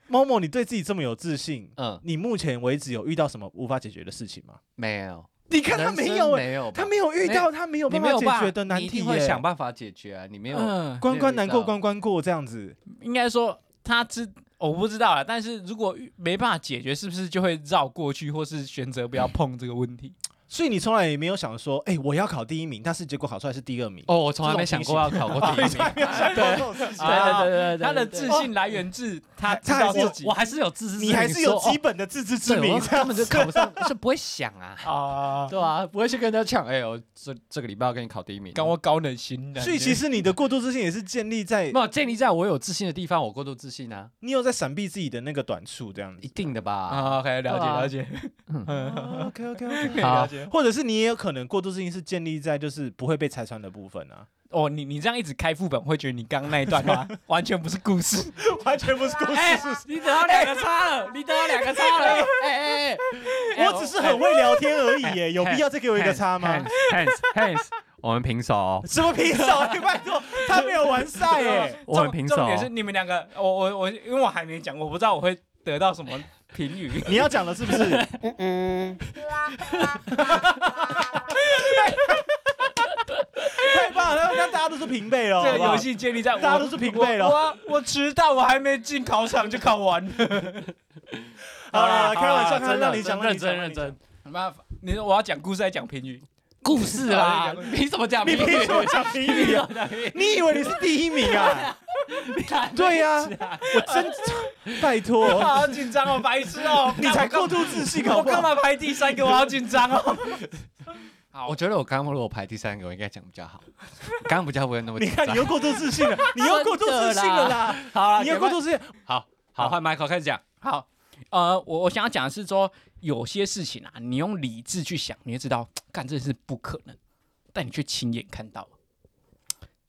S3: 某某，你对自己这么有自信，
S2: 嗯，
S3: 你目前为止有遇到什么无法解决的事情吗？
S2: 没 有，
S3: 你看他
S2: 人
S3: 没
S2: 生
S3: 有欸，
S2: 没有吧，
S3: 他没有遇到，他没有
S2: 你
S3: 办
S2: 没
S3: 法
S2: 有办
S3: 解
S2: 法
S3: 决的难
S2: 你一
S3: 题
S2: 定会
S3: 耶
S2: 想办法解决啊。你没 有，
S1: 嗯，
S3: 关关难过
S2: 遇到
S3: 关关过这样子。
S1: 应该说他知我不知道了，但是如果没办法解决，是不是就会绕过去，或是选择不要碰这个问题？
S3: 所以你从来也没有想说，哎，我要考第一名，但是结果考出来是第二 名。
S2: 哦，我从来没想过要考过 第一名。
S3: 对，这种事情
S1: 啊
S2: 对对对对对
S1: 他的自信来源自他知
S3: 他还
S1: 道
S3: 是有
S1: 自己
S2: 我还是有自知之明，
S3: 你还是有
S2: 说哦
S3: 基本的自知之
S2: 对，
S3: 明
S2: 我，
S3: 这样
S2: 根本就考不上，就不会想 啊，
S1: 啊，
S2: 对啊，不会去跟人家抢。哎、我这这个礼拜要跟你考第一名，
S1: 跟我高冷型的。
S3: 所以其实你的过度自信也是建立在
S2: 没有建立在我有自信的地方，我过度自信啊，
S3: 你有在闪避自己的那个短处这样
S2: 一
S3: 子。
S2: 定的吧。
S1: 啊，OK，了解
S2: 对啊
S1: 了解，嗯
S2: 哦
S3: OK OK OK，
S2: 好
S1: 了解。
S3: 或者是你也有可能过度自信是建立在就是不会被拆穿的部分啊，
S1: 哦，你你这样一直开副本，会觉得你刚刚那一段话完全不是故 事。
S3: 完全不是故
S2: 哎、你得到两个叉了，你得到两个叉了， 哎哎哎，
S3: 我只是很会聊天而已耶，有必要再给我一个叉吗？
S2: ？Hands Hands，我们平手、
S3: 什么平手？哎拜托，他没有完 赛耶。
S2: 我很啊平手
S1: 重点是你们两个，我我我，因为我还没讲，我不知道我会得到什么评语。
S3: 你要讲的是不是？太棒嘛？那那大家都是平辈了，
S1: 这
S3: 好不
S1: 个
S3: 好
S1: 游戏建立在我
S3: 大家都是平辈了
S1: 我我我迟到，我还没进考场就考完了。
S3: 好
S1: 好啦
S3: 了，开玩
S1: 好
S3: 笑，
S1: 啦
S2: 啊
S3: 看
S2: 真
S3: 让
S2: 的
S3: 你讲，
S2: 认真
S3: 让你
S2: 认
S3: 讲
S2: 真，
S1: 麻烦你说我要讲故事还是讲评语？
S2: 故事
S1: 啦
S2: 啦，凭什么讲
S3: 你
S2: 评
S3: 凭
S2: 语
S3: 什？么讲评语啊？你以为你是第一名啊？对呀、我真拜
S1: 我
S3: 托，
S1: 好紧张哦，白痴哦，
S3: 你才过度自信好
S1: 我
S3: 不
S1: 干
S3: 好？
S1: 嘛排第三个？我好紧张哦。好，
S2: 我觉得我刚刚如果排第三个，我应该讲比较 好，刚刚比较不会那么
S3: 你
S2: 紧
S3: 看，
S2: 张
S3: 你。又过度自信了，你又过度自信了啦！
S2: 好啦
S3: 你又过度自信，
S2: 好好换 Michael 开始讲。
S1: 好，呃，我我想要讲的是说，有些事情啊，你用理智去想，你会知道，干这是不可能，但你却亲眼看到了。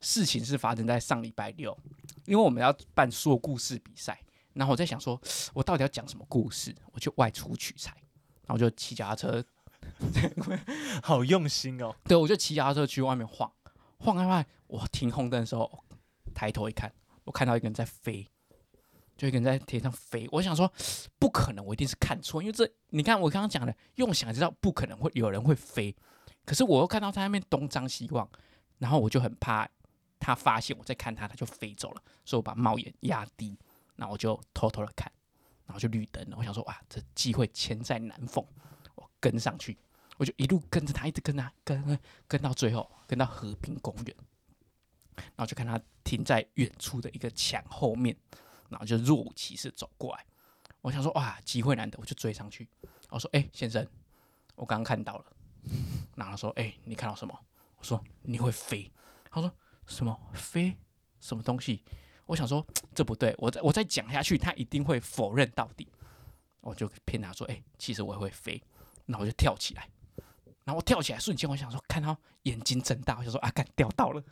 S1: 事情是发生在上礼拜六，因为我们要办说故事比赛，然后我在想说，我到底要讲什么故事，我就外出取材，然后我就骑脚踏车
S3: 好用心哦！
S1: 对，我就骑脚踏车去外面晃，晃啊晃，我停红灯的时候，抬头一看，我看到一个人在飞，就一个人在天上飞。我想说，不可能，我一定是看错，因为这你看我刚刚讲的，用想知道不可能会有人会飞，可是我又看到他那边东张西望，然后我就很怕他发现我在看他，他就飞走了，所以我把帽檐压低，然后我就偷偷的看，然后就绿灯了。我想说，哇，这机会千载难逢，我跟上去。我就一路跟着他，一直跟他跟跟跟到最后，跟到和平公园，然后就看他停在远处的一个墙后面，然后就若无其事地走过来。我想说哇，机会难得，我就追上去。我说：“哎、先生，我刚刚看到了。”然后他说：“哎、你看到什么？”我说：“你会飞。”他说：“什么飞？什么东西？”我想说这不对，我再我再讲下去，他一定会否认到底。我就骗他说：“哎、其实我也会飞。”然后我就跳起来。然后我跳起来瞬间，我想说看到眼睛睁大，我想说啊，干掉到了，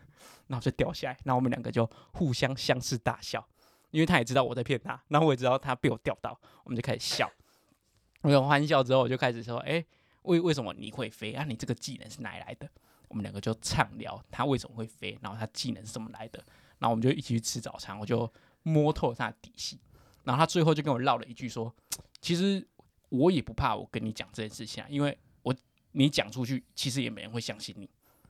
S1: 然后就掉下来，然后我们两个就互相相视大笑，因为他也知道我在骗他，然后我也知道他被我钓到，我们就开始笑。我有欢笑之后，我就开始说，哎，为为什么你会飞啊？你这个技能是哪里来的？我们两个就畅聊他为什么会飞，然后他技能是怎么来的，然后我们就一起去吃早餐，我就摸透他的底细，然后他最后就跟我唠了一句说，其实我也不怕我跟你讲这件事情啊，因为。你讲出去，其实也没人会相信你，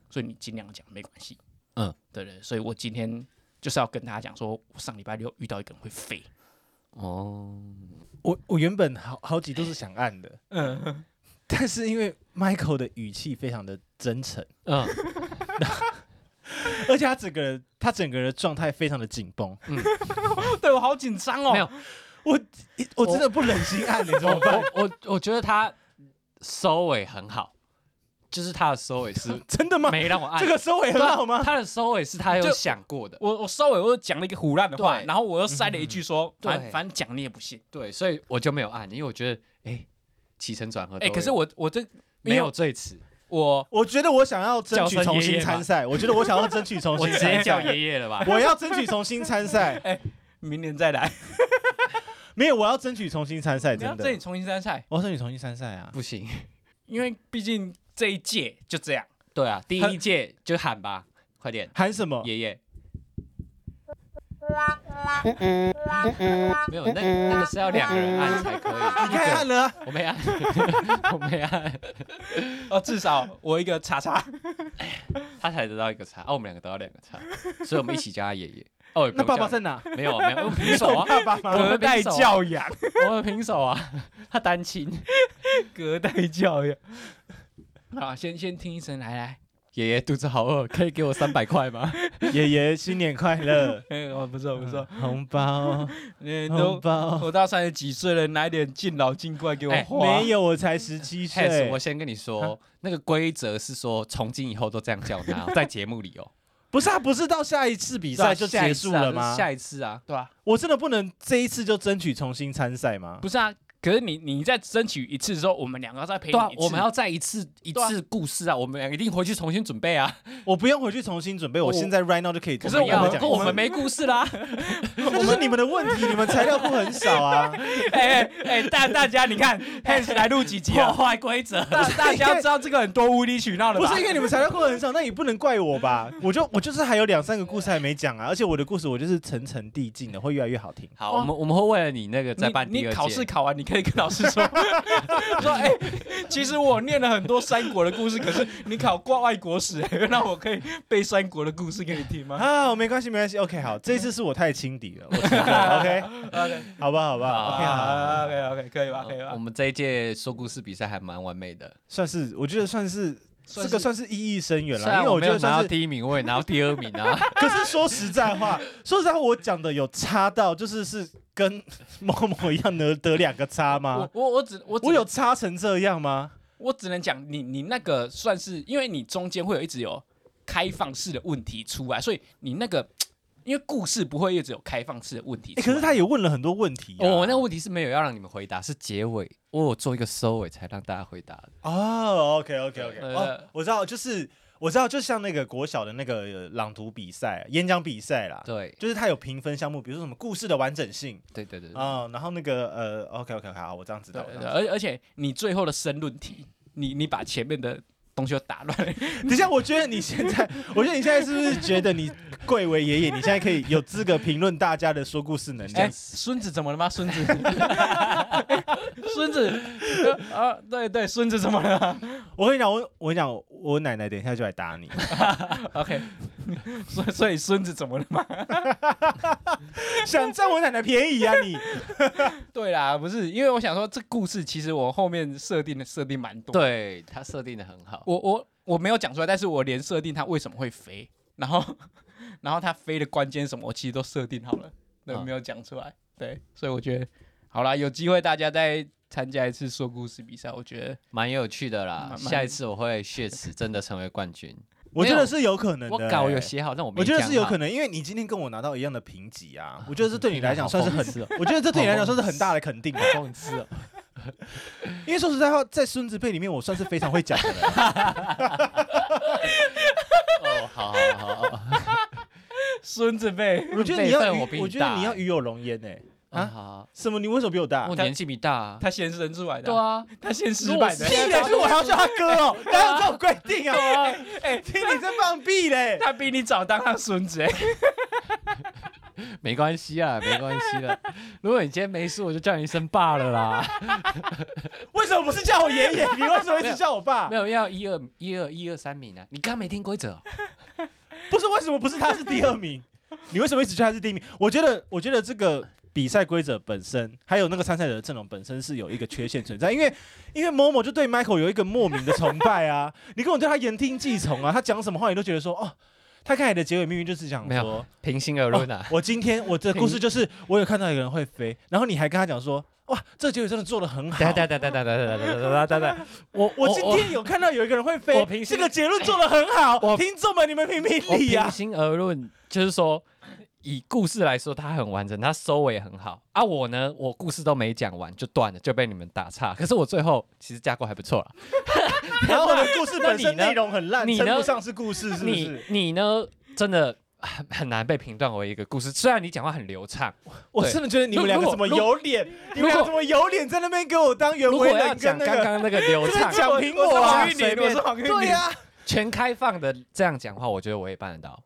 S1: 所以你尽量讲没关系。
S2: 嗯，
S1: 对对，所以我今天就是要跟大家讲说，我上礼拜六遇到一个人会飞，
S2: 哦，
S3: 我我原本好好几都是想按的，嗯，但是因为 Michael 的语气非常的真诚，
S2: 嗯，
S3: 而且他整个人他整个人的状态非常的紧绷，
S1: 对我好紧张哦。
S2: 没有，
S3: 我我真的不忍心按，你知道
S2: 我
S3: 吗？
S2: 我我我觉得他收尾很好，就是他的收尾 是
S3: 真的吗？
S2: 没让我按
S3: 这个收尾很好吗？
S2: 他的收尾是他有
S1: 就
S2: 想过的，
S1: 我我稍微我又讲了一个胡乱的话，
S2: 对
S1: 然后我又塞了一句说，
S2: 对
S1: 反正反正讲你也不信。
S2: 对，所以我就没有按，因为我觉得哎，起承转合都
S1: 哎、
S2: 有，
S1: 可是我我这
S2: 没有最迟，
S1: 我
S3: 我觉得我想要争取
S2: 叫声
S3: 重
S2: 爷
S3: 新
S2: 爷吧
S3: 参赛，我觉得我想要争 取重
S2: 我
S3: 新
S2: 直
S3: 参
S2: 接叫
S3: 赛，
S2: 爷爷了吧？
S3: 我要争取重新参赛，
S1: 明年再 来，
S3: 没有，我要争取重新 参赛，
S1: 你要
S3: 真
S1: 这里
S3: 的，
S1: 重新参赛，
S3: 我要争取重新参赛啊！
S2: 不行，
S1: 因为毕竟这一届就这样。
S2: 对啊，第
S1: 他
S2: 一届就喊吧，快点，
S3: 喊什
S1: 哦
S3: 么？
S2: 爷爷。
S4: 嗯
S2: 没有，那那个是要两个人按才
S1: 嗯
S2: 可以，
S3: 你看按 了啊，
S2: 我没按，我没按，
S1: 哦，至少我一个叉叉，
S2: 他才得到一个叉，哦，我们两个得到两个叉，所以我们一起叫他爷爷。 哦，也不
S3: 那
S2: 用
S3: 爸爸
S2: 叫
S3: 在哪？
S2: 没有没有，我们平手啊，
S3: 爸爸吗？
S2: 隔代教
S1: 教养，
S2: 我们平手啊，他单亲。
S1: 隔代教养。 好，先先听一声，来来。
S2: 爷爷肚子好饿，可以给我三百块吗？
S3: 爷爷新年快 乐，
S1: 哎、哦，不错不错，
S3: 红包，
S1: 你
S3: 红
S1: 都
S3: 包。
S1: 我到三十几岁了，拿一点敬老敬怪给我
S2: 哎
S1: 花。
S3: 没有，我才十七
S2: Hans，
S3: 岁
S2: 我，先跟你
S1: 啊
S2: 说，那个规则是说，从今以后都这样叫 他哦，在节目里哦。
S3: 不是啊，不是到下一次比
S2: 比
S3: 赛就结束了吗？
S2: 啊下一次啊，
S1: 对啊，
S3: 我真的不能这一次就争取重新参赛吗？
S1: 不是啊，可是你你再争取一次之后，我们两个要再陪你
S2: 对啊
S1: 一，次
S2: 我们要再一次一
S1: 对啊
S2: 次故事啊，我们俩一定回去重新准备啊。
S3: 我不用回去重新准备，我
S2: 我
S3: 现在 right now 就可以跟
S1: 可
S3: 你
S1: 是我
S2: 不
S3: 讲。
S2: 要
S1: 们
S3: 讲
S2: 可
S1: 我
S2: 我们没故事啦。
S3: 这是你们的问题，你们材料库很少啊。
S1: 哎哎哎，大大家你 看，Hans 来录几集
S2: 哎破
S1: 了？
S2: 坏规则。
S1: 大大家知道这个很多无理取闹的
S3: 不
S1: 吧？
S3: 是因为你们材料库很少，那也不能怪我 吧？我就我就是还有两三个故事还没讲啊，而且我的故事我就是层层递进的，会越来越好听。
S2: 好，
S1: 哇
S2: 我们我们会为了你那个再办
S1: 你
S2: 第
S1: 你
S2: 二届。
S1: 考试考完，你可以跟老师说， 说哎、其实我念了很多三国的故事，可是你考挂外国史、 那我可以背三国的故事给你听吗？
S3: 啊，没关系，没关系，OK，好， 这一次是我太轻敌 了我承认，OK，好吧，好吧，OK，好，
S1: 啊，OK OK，可以吧，可以吧
S2: 我，们这一届说故事比赛还蛮完美的，
S3: 算是，我觉得算是
S1: 算
S3: 这
S1: 是
S3: 个算是意义深远
S2: 虽
S3: 了，因
S2: 然
S3: 为
S2: 我
S3: 我
S2: 没
S3: 觉
S2: 有拿
S3: 得算
S2: 到
S3: 是，
S2: 第一名，我也拿到第二名 啊。
S3: 可是说实在话， 说实在话，我讲的有差到，就是是跟某某一样得得两个差吗
S1: 我？我我只我只
S3: 我有差成这样吗？
S1: 我只能讲你你那个算是，因为你中间会有一直有开放式的问题出来，所以你那个因为故事不会一直有开放式的问题
S3: 哎，
S1: 出来、
S3: 可是他也问了很多问题啊，
S2: 哦我、我那个问题是没有要让你们回答，是结尾我有做一个收尾才让大家回答的。
S3: 哦，OK，OK，OK，
S1: 对
S3: 哦，我知道，就是我知道，就像那个国小的那个呃朗读比赛、演讲比赛啦，
S2: 对
S3: 就是它有评分项目，比如说什么故事的完整性
S2: 对对对对，
S3: 啊、然后那个呃，OK，OK，好，我这样知道，
S1: 对对
S3: 我这
S1: 对，
S3: 样知道
S1: 而而且你最后的申论题，你你把前面的东西都打 乱，
S3: 等一下，我觉得你现在，我觉得你现在是不是觉得你贵为爷爷，你现在可以有资格评论大家的说故事能力？
S1: 哎，孙子怎么了吗？孙 子，孙子，呃 啊，对对，孙子怎么了吗
S3: 我跟你讲，我我跟你讲，我奶奶等一下就来打你。
S1: ？OK，所以所以孙子怎么了吗？
S3: 想占我奶奶便宜啊你！
S1: 对啦，不是，因为我想说这故事其实我后面设定的设定蛮多的，
S2: 对他设定的很好。
S1: 我我我没有讲出来，但是我连设定它为什么会飞，然后 然后它飞的关键是什么，我其实都设定好了，对，
S2: 嗯
S1: 没有讲出来。对，所以我觉得好啦，有机会大家再参加一次说故事比赛，我觉得
S2: 蛮有趣的啦，
S1: 蛮蛮
S2: 下一次我会血池真的成为冠军。
S3: 我觉得是有可能的、欸
S2: 我稿有写好，但我没
S3: 我觉得
S2: 讲
S3: 是有
S2: 好
S3: 可能，因为你今天跟我拿到一样的评级啊， 我觉得这对你来讲算是
S2: 好
S3: 很
S2: 讽刺哦，
S3: 我觉得这对你来讲算是 很大的肯定吧。啊
S2: 讽刺 哦。
S3: 因为说实在话，在《孙子辈》里面，我算是非常会讲的 人。
S2: 哦，好好好 好，
S1: 孙子辈
S3: 我觉得你要
S2: 辈分
S3: 与，
S2: 我比你
S3: 我觉得
S2: 大
S3: 你要
S2: 欸
S3: 与有容焉哎。
S2: 啊，
S3: 啊
S2: 好
S3: 什么？你为什么比我
S2: 好，
S3: 大
S2: 我？年纪比大啊。
S1: 他先生出来的
S2: 对
S1: 啊，
S2: 啊，
S1: 他先失败的
S2: 如果，
S3: 屁嘞！所以我还要叫他哥哦，哪有这种规定啊？哎，听你在放屁嘞！
S1: 他比你早当他孙子、欸，
S2: 没关系啊，没关系的。如果你今天没事，我就叫你一声爸了啦。
S3: 为什么不是叫我爷爷？你为什么一直叫我 爸
S2: 没？有，要一二一二一二三名啊！你刚刚没听规则哦，
S3: 不是为什么不是他是第二 名？你为什么一直叫他是第一名？我觉得，我觉得这个比赛规则本身，还有那个参赛者的阵容本身是有一个缺陷存在，因为因为某某就对 Michael 有一个莫名的崇拜 啊，你根本对他言听计从啊，他讲什么话你都觉得说哦，他看你的结尾命运就是讲
S2: 没有
S3: 说，
S2: 平心而论啊
S3: 哦。我今天我的
S2: 平
S3: 故事就是我有看到一个人会飞，然后你还跟他讲说哇，这个结尾真的做的很
S2: 哦
S3: 好
S2: 等。下等下等下等下等下等下等 下等下，我
S3: 我今天有看到有一个人会
S2: 我
S3: 飞
S2: 我平，时
S3: 这个结论做的很好，
S2: 我
S3: 听众们你们评评
S2: 我
S3: 理
S2: 哦
S3: 呀、
S2: 平心而论，就是说，以故事来说，它很完整，它收尾也很好啊。我呢，我故事都没讲完就断了，就被你们打岔。可是我最后其实架构还不错啦。
S3: 然后我的故事本身
S2: 那你呢
S3: 内容很烂，
S2: 你呢
S3: 称不上是故事，是不
S2: 你
S3: 是？
S2: 你呢，真的很很难被评断为一个故事。虽然你讲话很流畅，
S3: 我真的觉得你们两个怎么有脸？你们
S2: 如
S3: 俩
S2: 果
S3: 怎么有脸在那边给 我当袁
S2: 如果
S3: 维
S2: 要
S3: 兰
S2: 讲
S3: 跟那
S2: 刚
S3: 个？
S2: 刚那个流
S3: 这
S2: 畅
S3: 边。讲苹果啊
S1: 我是黄玉，玲欸
S3: 随便
S1: 我是黄玉玲
S3: 对呀。
S2: 全开放的这样讲话，我觉得我也办得到。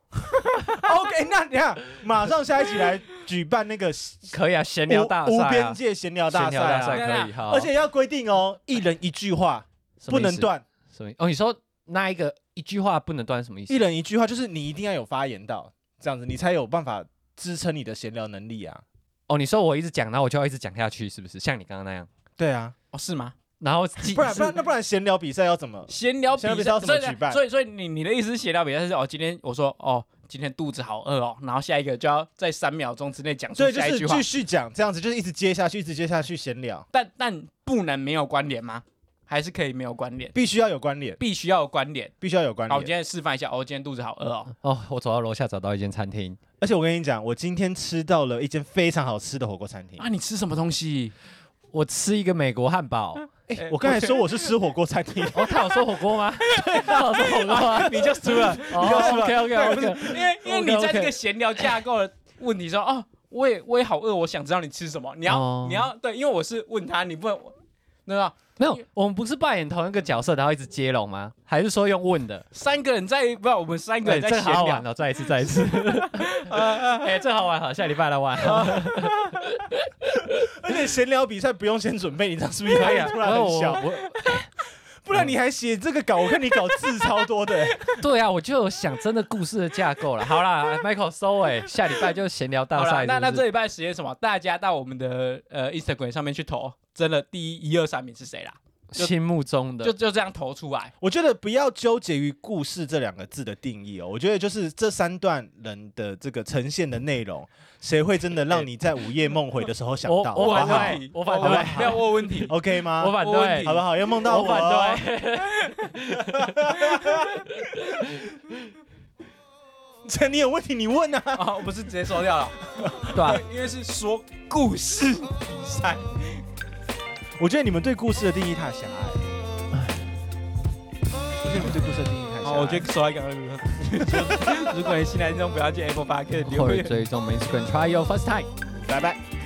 S3: OK，那你看，马上下一期来举办那个
S2: 可以啊，闲聊大
S3: 无无
S2: 赛、
S3: 边
S2: 啊，
S3: 界闲聊大
S2: 闲
S3: 赛
S2: 聊大赛
S3: 啊，
S2: 可以哈。
S3: 而且要规定哦，一人一句话，
S2: 什么
S3: 不
S2: 意
S3: 能
S2: 思，
S3: 断。
S2: 什么意？哦，你说那一个一句话不能断，什么意思
S3: 一？人一句话，就是你一定要有发言到，这样子你才有办法支撑你的闲聊能力啊。
S2: 哦，你说我一直讲，然后我就要一直讲下去，是不是？像你刚刚那样，
S3: 对啊，
S1: 哦是吗？
S2: 然后记
S3: 不然不然那不然闲聊比赛要怎么？
S1: 闲聊比
S3: 闲聊比赛要怎么举办
S1: 所以所以所以你你的意思是闲聊比赛是哦，今天我说哦，今天肚子好饿哦，然后下一个就要在三秒钟之内讲出
S3: 对，就
S1: 下一
S3: 是
S1: 句话，
S3: 继续讲这样子，就是一直接下去，一直接下去闲聊，
S1: 但但不能没有关联吗？还是可以没有关联？
S3: 必须要有关联，
S1: 必须要有关联。
S3: 必须要有关
S1: 好，我今
S3: 联。
S1: 天示范一下，哦，今天肚子好饿哦。
S2: 哦，我走到楼下找到一间餐厅，
S3: 而且我跟你讲，我今天吃到了一间非常好吃的火锅餐 厅
S2: 嗯
S1: 啊，。你吃什么东西？
S2: 我吃一个美国汉堡。
S3: 哎，我刚才说我是吃火锅餐 厅，
S2: 哦，他有说火锅 吗？他有说火锅吗？哦你就输了，你啊就输了。OK OK
S1: 对啊
S2: OK，
S1: 因为因为
S2: OK，OK
S1: 你在这个闲聊架构的问题说，哦，我也我也好饿，我想知道你吃什么。你要、
S2: 哦
S1: 你要对，因为我是问他，你不能，对吧？
S2: 没有，我们不是扮演同一个角色，然后一直接龙吗？还是说用问的？
S1: 三个人在，不，我们三个
S2: 对，
S1: 人在
S2: 这
S1: 闲
S2: 个好好
S1: 聊
S2: 玩。哦！再一次，再一 次。哎，这好玩，好，下礼拜来玩。
S3: 而且闲聊比赛不用先准备，你这样 是不
S2: 哦
S3: 是压力 突然
S2: 然后
S3: 很
S2: 啊我
S3: 小？
S2: 我
S3: 不然你还写这个稿，我看你稿字超多的、
S2: 对啊，我就有想真的故事的架构了。好啦，Michael 收尾，下礼拜就闲聊啊大
S1: 好
S2: 赛
S1: 了，
S2: 是不
S1: 那
S2: 是。
S1: 那这礼拜实验什么？大家到我们的呃 Instagram 上面去投，真的第一一二三名是谁啦？就
S2: 心目中的
S1: 就就这样投出来。
S3: 我觉得不要纠结于“故事”这两个字的定义哦。我觉得就是这三段人的这个呈现的内容，谁会真的让你在午夜梦回的时候想到？
S2: 我
S3: 好
S2: 我
S3: 不
S2: 反
S3: 好
S2: 对我反
S1: 哦我
S3: 对
S1: 不要问问 题。
S3: ？OK 吗？
S2: 我反
S1: 我问
S2: 对
S1: 你，
S3: 好不好？要梦到
S2: 我
S3: 我
S2: 反
S3: 哦。
S2: 对。
S3: 这你有问题你问啊。
S1: 啊，我不是直接收掉了，
S2: 对啊，
S1: 因为是说故 事比赛。
S3: 我觉得你们对故事的定义太狭隘。我觉得你们对故事的定义太狭隘。
S1: 好，哦我觉得说一个， 如果你新来听众，不要去 Apple Park 留
S2: 或者
S1: 言。
S2: 追踪我们 Instagram try your first time。
S3: 拜拜。